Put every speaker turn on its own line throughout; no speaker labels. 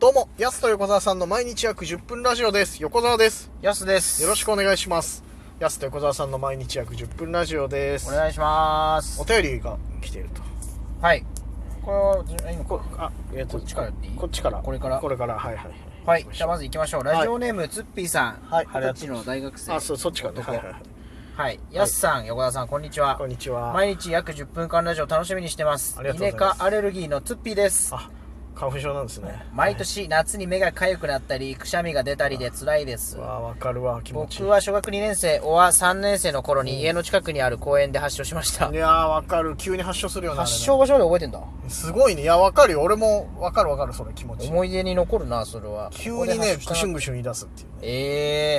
どうも、やすと横澤さんの毎日約10分ラジオです。横澤です。
やすです
よろしくお願いします。やすと横澤さんの毎日約10分ラジオです。
お願いします
お便りが来ていると。
はいこれはじゃ今
こあ、えっ
こっちからやっていい
こっちから。
これから
これから、はいはい。
はいじゃあまず行きましょう
はい
ラジオネーム、ツッピーさん
はい
二十歳の大学生
あ、そう、そっちからね。
男
はいはいはい
はいやすさん横田さんこんにちは
こんにちは。
毎日約10分間ラジオ楽しみにしてます
ありがとうござ
イ
い
ネ
ます
科アレルギーのツッピーです
あ、花粉症なんですね。
毎年夏に目が痒くなったりくしゃみが出たりで辛いです
わあ、わかるわ、気持ちいい。
僕は小学2年生おは3年生の頃に家の近くにある公園で発症しました
いやー、わかる。急に発症するよね。あれね
発症場所まで覚えてんだ
すごいね。いや、わかるよ。俺もわかるわかる、それ気持ちいい。
思い出に残るなそれは
急
ここ
に
で
ね、ぐ
発症し
しゅ
た
ん
な
ぐしゅん言い出すっていうね。
え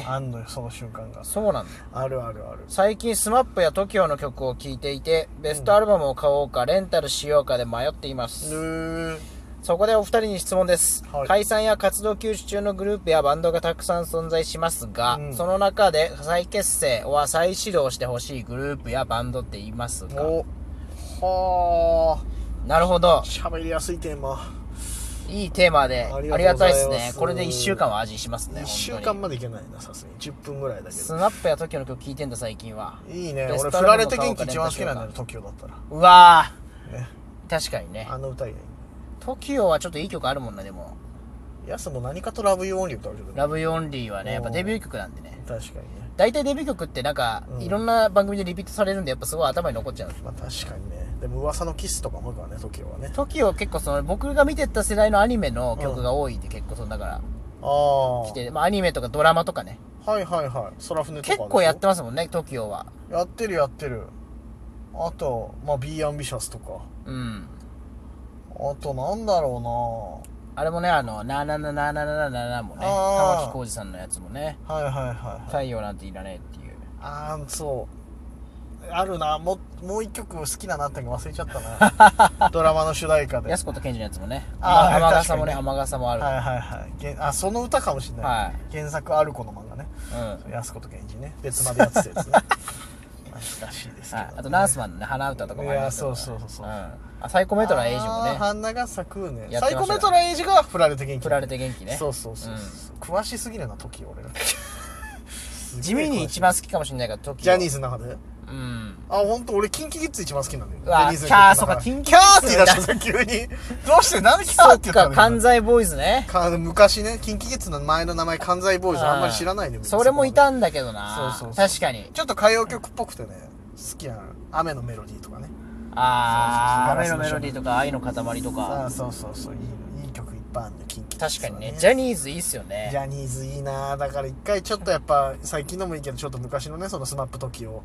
え
あんのよ、その瞬間が。
そうなんだ
あるあるある。
最近 SMAP や TOKIO の曲を聴いていてベストアルバムを買おうかレンタルしようかで迷っています、
ぬー
そこでお二人に質問です、
はい
解散や活動休止中のグループやバンドがたくさん存在しますが、
うん
その中で再結成は再始動してほしいグループやバンドっていますか
おは
なるほど
あ喋りやすいテーマ
いいテーマで
あ
あ
り
り
がとうございます
がたいですねこれで1週間は味しますね
1週間までいけないなさすがに10分ぐらいだけ
スナップや TOKIO の曲聴いてんだ最近は
どいいね
ベ
俺「
スト
振
ア
ら
ル
れ
バム
て
買お
元
う
気」
か
一番好きなんだよ TOKIO だったら
うわ
ね
ー確かにね
あの歌以外
TOKIO はちょっといい曲あるもんなでも
やすも何かと「ラブユーオンリー歌うけどね
ラブヨンリーはね、やっぱ
おー
デビュー曲なんでね。
確かにね
大体デビュー曲ってなんか、
うん
いろんな番組でリピートされるんで、やっぱすごい頭に残っちゃう。
まあ確かにねでも噂のキスとかもあるからね TOKIO はね
TOKIO 結構その、僕が見てた世代のアニメの曲が多いって結構その、だから、
あ
来て、まあアニメとかドラマとかね。
あはいはいはい空船とか
結構やって
ま
ますもんね、TOKIO は。
すやってるやってるあとまあ b アンビシャスとか
うん。
あとなんだろ
あれもね、あの、なーなーなーなーなーなーなーなーもね、
あー
玉置浩二さんのやつもね、
うなはいはいはいはい
太陽なんていらねえっていう。
ああそうあるなももう一曲好きだなっての忘れちゃった なドラマの主題歌では
安
い
子と賢治のやつもね、
あー
雨傘もね、
確
雨傘もある。
はいはいげんあその歌かもしれない、
は
原作ある子の漫画ね
うん。
安子と源氏ね別までやってた やつね懐かしいですけど、
は
ね
い、あとナースマンのね花歌とかもあります、
いやそうそうそうそうん
あサイコメトラエイジも
あー
ね
花が咲くねサ
やってました
イ
ね
コメトラエイジが振られて元気
振られて元気ね
そうそうそう、
うん
詳しすぎるな時 俺らすげえ
地味に一番好きかもしれないが時
ジャニー
ズ
ズの中で
うん
あ、本当俺、キンキキッズ一番好きなんだよ。
うわ
デニーズの曲の中
キャーそうかキンキ
キ
キ
ャ
ッ
ーっ
ズ
て言い出した、急に。どうして、なんでキャー
そ
っ
っ
言
て
った
か
の
関西ボーイズね
か昔ね、キンキキッズの前の名前、関西ボーイズ、あんまり知らないね。みんな
それもい。たんだけどな
そうそうそう
確かに
ちょっと歌謡曲っぽくてね、好きなの雨のメロディーとかね。そうそうそ
ああ雨
う
のメロディーとか愛の塊と
あ
か
そうそうそう、いい、いい曲いっぱいあるね、キンキキッズ
確
は
かにねジャニーズいいっすよ
ジ
ね
ャニーズいいなだから一回ちょっとやっぱ、最近のもいいけど、ちょっと昔のね、そのスマップ時を、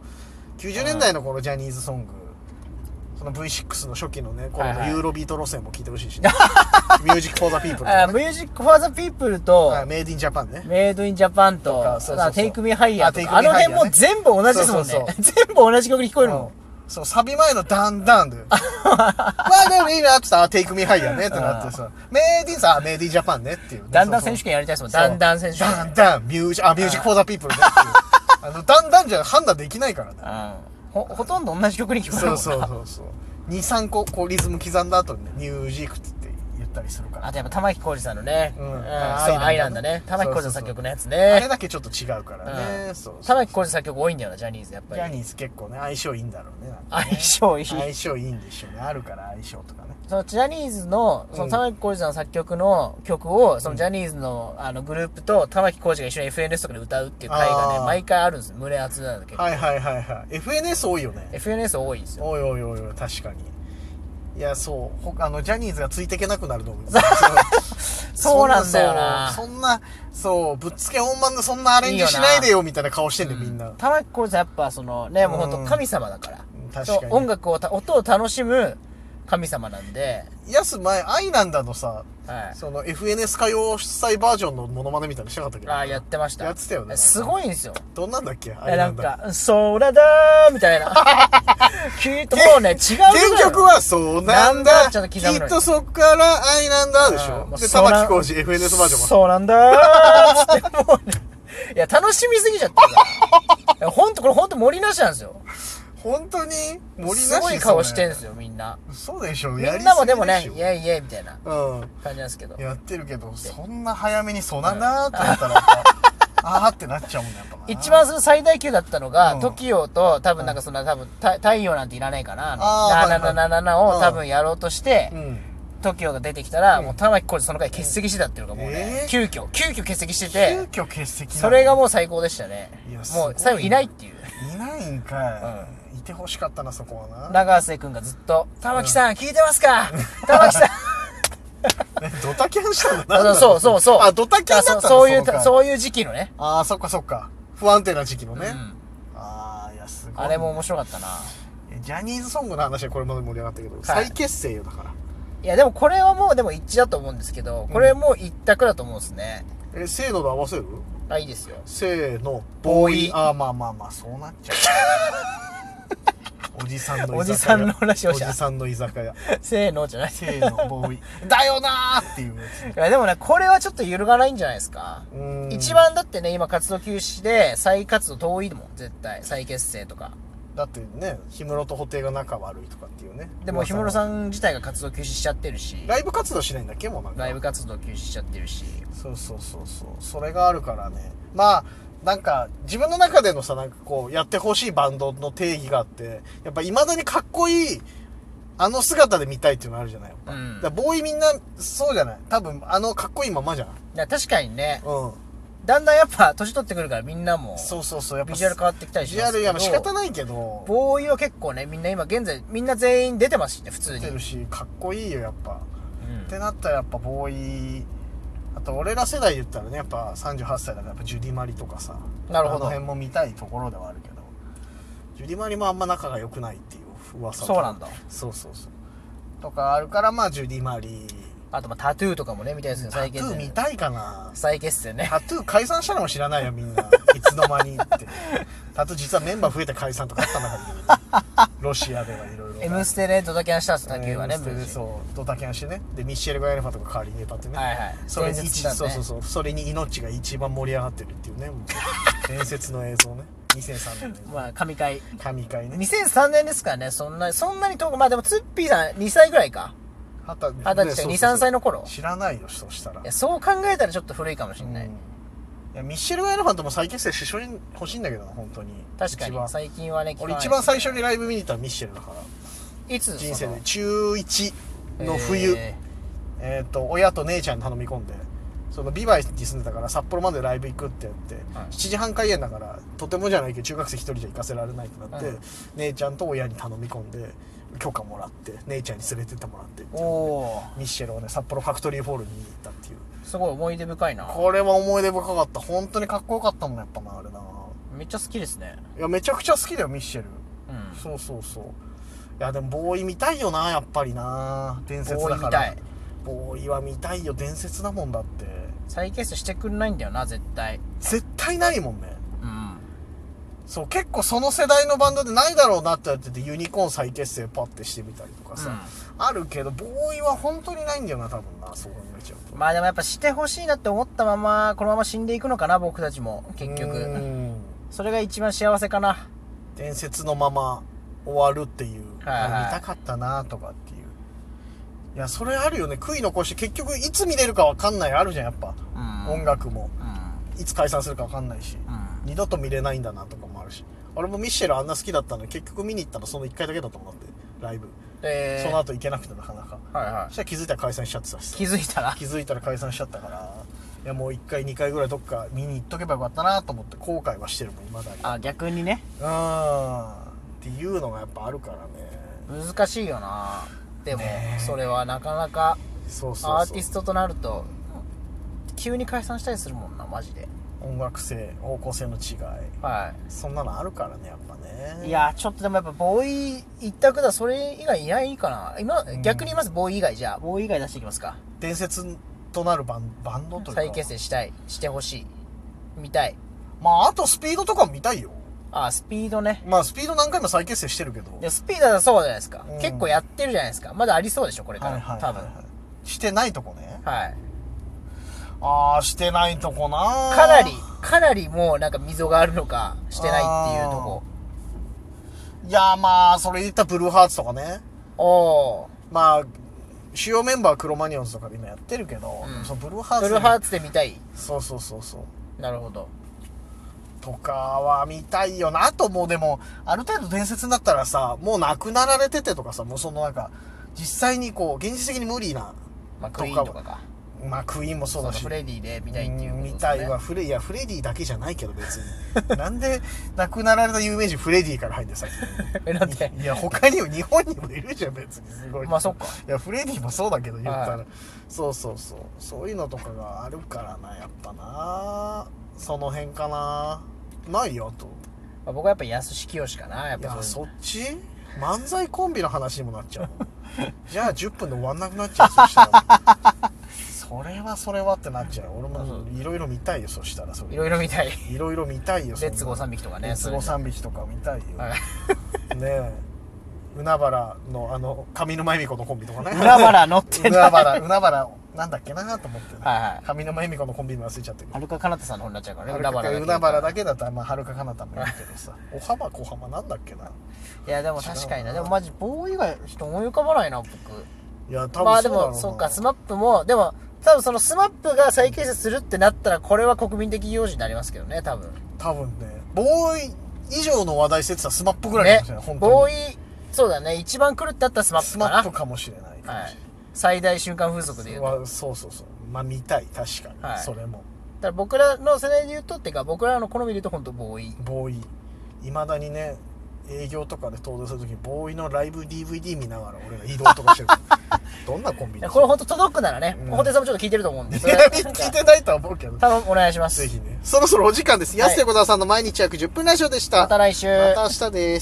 90年代の頃、ジャニーズソング、その V6 の初期のね、こ
はいは
の
い
ユーロビート路線も聴いてほしい しね。ミュージック・フォー・ザ・ピープル。
あミュージックフォーザピープルと
あメイディンジャパンね。
メイドインジャパン
と
と
かそうそうそう
テイクミーハイヤーとか
あ Take
あ
Me
の
Higher ね
辺も全部同じですもんね
そうそう
全部同じ曲に聞こえるもん
そう、サビ前のダンダンで。 ワードリーラーってさ、テイクミーハイヤーねってなってさ、メイディンさ、メイディンジャパンねっていうね。
だんだん選
そうそう
手権やりたいですもんだんだん選手権
ダンダン、ミュージあ、ミュージックフォーザピープルねって いう。あの、ダンダンじゃ判断できないからね。
ほほとんど同じ曲に聞こえる
そ
もん
う
な
そうそうそう。2、3個、こうリズム刻んだ後にね、ミュージックって言ったりするから。
あとやっぱ玉置浩二さんのね、
うん
そう
あ
愛なんだね
愛なんだね
玉置浩二の作曲のやつ
あれ
ね
だけちょっと違うからね。そうそう
玉置浩二作曲多いんだよなジャニーズやっぱ
ジャ
り
ニーズ結構ね、相性いいんだろうね。なんかね
相性いい
相性いいんでしょうね。あるから相性とかね。
そのジャニーズのそ
うん
の玉置浩二さんの作曲の曲をそのジャニーズのあのグループと玉置浩二が一緒に FNS とかで歌うっていう回が
あー
ね毎回あるんですよ胸熱なんだけど、
はいはいはいはい。FNS 多いよね。
FNS 多いんですよ
おいおいおいおい確かにいやそうほあのジャニーズがついていけなくなると思 うんですよ
そうなんだよな
そんなそうぶっつけ本番でそんなアレンジしないでよみたいな顔してんねみんな、
玉置浩二さんやっぱそのねもう
う
本
ん
当神様だから、
確
そう
かに
音楽をた音を楽しむ神様なんで、
やす前アイランダのさ
はい、
その FNS 歌謡主催バージョンのモノマネみたいにしなかったっけど
あーやってました
やってたよね
すごいんですよ
どんなんだっけア
え
イ
な
ラ
ん
ンダ
か「そらだー」み たいな聞いてもうね違う
原曲はそうなんだ
なんだちょっと
き
刻むのに
っとそっからアイランダでしょ
うん
で
そら
玉置浩二 FNS バージョンも
そうなんだーっつっ てもうねいや楽しみすぎちゃってるからいやほんとこれほんと森なしなんですよ
本当に森なし
すごい顔してん
す
すよ、みんな。
そうでしょ
み
やり
んなもでも
す
ね
ぎ、
イ
しょ
エイイエイみたいな
うん
感じなんですけど。
やってるけどそんな早めにそななーってなったらやっぱ あーってなっちゃうもんねやっぱな
一番その最大級だったのが、
うん
TOKIO と多分なんかそんな多分、た太陽なんていらないかな、
あー
あの777を多分やろうとして
う、ん
TOKIO が出てきたら、
うん
もう玉置浩二その回欠席してたっていうのがもう
え
ね
ー、
急遽、急遽欠席して
急
て、
遽欠席なの
それがもう最高でしたね
いや。すごい
もう最後いないっていう。
いないんかい、いてほしかったなそこはな
長瀬くんがずっと、玉木さん聞いてま すか玉木さん
ねドタキャンしたの
あ
な
の
ん
そうそうそう。
あドタキャンだった
あ
の
そうそういう
その、回
そういう時期のね。
ああそっかそっか不安定な時期の
う
ね、
ん
ああいやすごい
あれも面白かったな。
ジャニーズソングの話はこれまで盛り上がったけど、再結成よだから
いや、でもこれはもうでも一致だと思うんですけど、これもう一択だと思うんですね。
えせーので合わせる
あ、い いですよ。
せーの
ボーイ
ああまあまあまあそうなっちゃうおじさんの居酒屋
おじさんの話をした
おじさんの居酒屋
せーのじゃない
せーのボー イだよなーっていう
いやでもね、これはちょっと揺るがないんじゃないですか。
うーん
一番だってね、今活動休止で、再活動遠いもん、絶対。再結成とか。
だってね氷室と布袋が仲悪いとかっていうね
でも、氷室
ん
さん自体が活動休止しちゃってるし、
ライブ活動しないんだっけもうなんか
ライブ活動休止しちゃってるし。
そうそうそうそうそれがあるからねまあなんか自分の中でのさなんかこうやってほしいバンドの定義があってやっぱいまだにかっこいいあの姿で見たいっていうのあるじゃないやっぱ、
うん
だからボーイみんなそうじゃない多分あのかっこいいままじゃない
いや確かにね、
うん
だんだんやっぱ年取ってくるからみんなも、
そうそうそうやっぱ
ビジュアル変わってきたり
ビ
し
ジ
ま
ュア
す
ルい
け
や
ど、
仕方ないけど
ボーイは結構ね、みんな今現在、みんな全員出てますしね、普通
出
に。
てるしかっこいいよやっぱ、
うん
ってなったらやっぱボーイあと俺ら世代で言ったらねやっぱ38歳だからやっぱジュディ・マリとかさ
なるほ
あ
ど
の辺も見たいところではあるけどジュディ・マリもあんま仲が良くないっていう噂と
そうなんだ。
そうそうそうとかあるからまあジュディ・マリ
あとまあタトゥーとかもね、見たいですけど、
タト
再
ゥ
結
ー見
成。
たいかな
再結成ね。
タトゥー解散したのも知らないよみんないつの間にっ てタトゥー実はメンバー増えて解散とかあったんだからロシアではいろいろ
M ステでドタキャンしたんです、タトゥーはね、
M ステ
無
で
事
そうドタキャンしてねでミッシェル・ガエルファとか代わりに歌ってね、
はいはい
それに
伝
一
説だね
そうそうそうそれに命が一番盛り上がってるっていう ねもう伝説の映像ね2003年の
まあ、神回。
神回ね
2003年ですからね、そんな、そんなに遠く、まあでも、ツッピーさん2歳ぐらいか。
二十
二十歳
そうそうそう
2 3歳の頃
知らないよそうしたら
いや、そう考えたらちょっと古いかもしれない。
うんいやミッシェル・ガエルファンとも再結成して緒に欲しいんだけどな本当に
確か
一
に、
番
最近はね、聞か
俺
ない
一番最初にライブ見に行ったのはミッシェルだから
いつ
人生
そ
で
の
中1の冬
え
えっ、と親と姉ちゃんに頼み込んでそのビバイに住んでたから札幌までライブ行くってやって、
はい
7時半開演だからとてもじゃないけど中学生一人じゃ行かせられないってなって、
うん
姉ちゃんと親に頼み込んで許可もらって姉ちゃんに連れてってもらって
ーおー、
ミッシェルをね札幌ファクトリーホールに見に行ったっていう
すごい思い出深いな。
これは思い出深かった本当にかっこよかったもんやっぱなあれな
めっちゃ好きですね。
いやめちゃくちゃ好きだよミッシェル
うん。
そうそうそういやでもボーイ見たいよなやっぱりな伝説だからボ
ボーイ見たい
ーイは見たいよ伝説だもんだって
再結成してくんないんだよな、絶対。
絶対ないもんね
うん。
そう結構その世代のバンドでないだろうなってやっててユニコーン再結成パッてしてみたりとかさ、あるけどボーイは本当にないんだよな多分なそう考えちゃうと
まあでもやっぱしてほしいなって思ったまま、このまま死んでいくのかな、僕たちも、結
う
局。
ーん
それが一番幸せかな。
伝説のまま終わるっていう、
はいはい
あ見たかったなとかっていういやそれあるよね悔い残して結局いつ見れるかわかんないあるじゃんやっぱ、
うん
音楽も
うん。
いつ解散するかわかんないし、
うん。
二度と見れないんだなとかもあるし俺もミッシェルあんな好きだったのに結局見に行ったのその1回だけだと思うんでライブ、
えー
その後行けなくてなかなか
はいは
そしたら気づいたら解散しちゃってたし
い。
さ
気づいたら
気づいたら解散しちゃったからいやもう1回2回ぐらいどっか見に行っとけばよかったなと思って後悔はしてるもん今だに
あ、逆にね。
うんっていうのがやっぱあるからね
難しいよな。でも
ね、え
それはなかなか、
そうそうそう
アーティストとなると、急に解散したりするもんな、マジで。
音楽性方向性の違い
は
そんなのあるからねやっぱね
い。いや、ちょっとでもやっぱ、ボーイ一択だ、それ以外いないかな。今、逆に言います、ボーイ以外じゃあ、ボーイ以外出していきますか。
伝説となるバンバンドというか
再結成したいしてほしい見たい
まああとスピードとかも見たいよ
あスピードね
まあスピード何回も再結成してるけど
でスピードはそうじゃないですか、
うん
結構やってるじゃないですかまだありそうでしょこれから、
はいはい
多
はい
分
はいしてないとこね
はい
ああしてないとこな
かなりかなりもうなんか溝があるのかしてないっていうとこ
いやーまあ、それ言ったらブルーハーツとかね。
おー
まあ、主要メンバーはクロマニオンズとかで今やってるけど、
うん
そのブルーハーツ
ブルーハーツで見たい
そうそうそうそう。
なるほど
とかは見たいよな。あともうでも、ある程度伝説になったらさ、もう亡くなられててとかさ、もうそのなんか、実際にこう、現実的に無理な。
まあクイーンとかか
まあ、クイーンもそうだ
そ
し。
のフレディで見たいっていうことですね
見たいはフレいやフレディだけじゃないけど別に なんで亡くなられた有名人フレディから入んでさ
えな んで
いや他にも日本にもいるじゃん別にすごい
まあそっか
いやフレディもそうだけど言ったら、
は
そうそうそうそういうのとかがあるからなやっぱなその辺かなないよと
まあ僕はやっぱ安志清かなやっ
い
ぱ
や
そ
そうっち漫才コンビの話にもなっちゃう じゃあ10分で終わんなくなっちゃうそしたら それはそれはってなっちゃう俺もいろいろ見たいよそしたらそれ
いろいろ見たい
いろいろ見たいよ。
レッツゴー3匹とかね
レッツゴー
そ
三匹とか見たいよ。
はい
ねえ。海原の、あの、上沼恵美子のコンビとかね。
裏腹乗って
海
ない
原、海原、なんだっけなと思ってね。
はいはい
上沼恵美子のコンビも忘れちゃってる。
はるかかなたさんの方になっちゃうからね
海
裏
原
腹だけ
だけだったら、まあ、はるか彼方もいるけどさ。お浜小浜なんだっけな。
いやでも確かになでもマジ棒以外人思い浮かばないな僕
いや、多分
まあで
そうだろう
も
な
そっかスマップもでも多分そのスマップが再結成するってなったらこれは国民的行事になりますけどね多分
多分ね。ボーイ以上の話題してたらスマップぐらい
ね
かもしれない。本当に。
ボーイそうだね一番来るってあったらスマッ
ス
プ
マ
か
ッ
な
プかもしれない。
はい、最大瞬間風速で言うとだか
はそうそうそう。まあ、見たい。確かに。
はい
それも。
ら僕らの世代で言うとっていうか僕らの好みで言うと本当ボーイ
ボーイいまだにね営業とかで登場するときにボーイのライブ DVD 見ながら俺ら移動とかして るどんなコンビ
い
ニ
やこれ本当届くならね、
うん
ホテルさんもちょっと聞いてると思うんで
い
それ
や聞いてないとは思うけ ど
頼むお願いします
ぜひねそろそろお時間です、
はい
安手小沢さんの毎日約10分ラジオでした
また来週
また明日です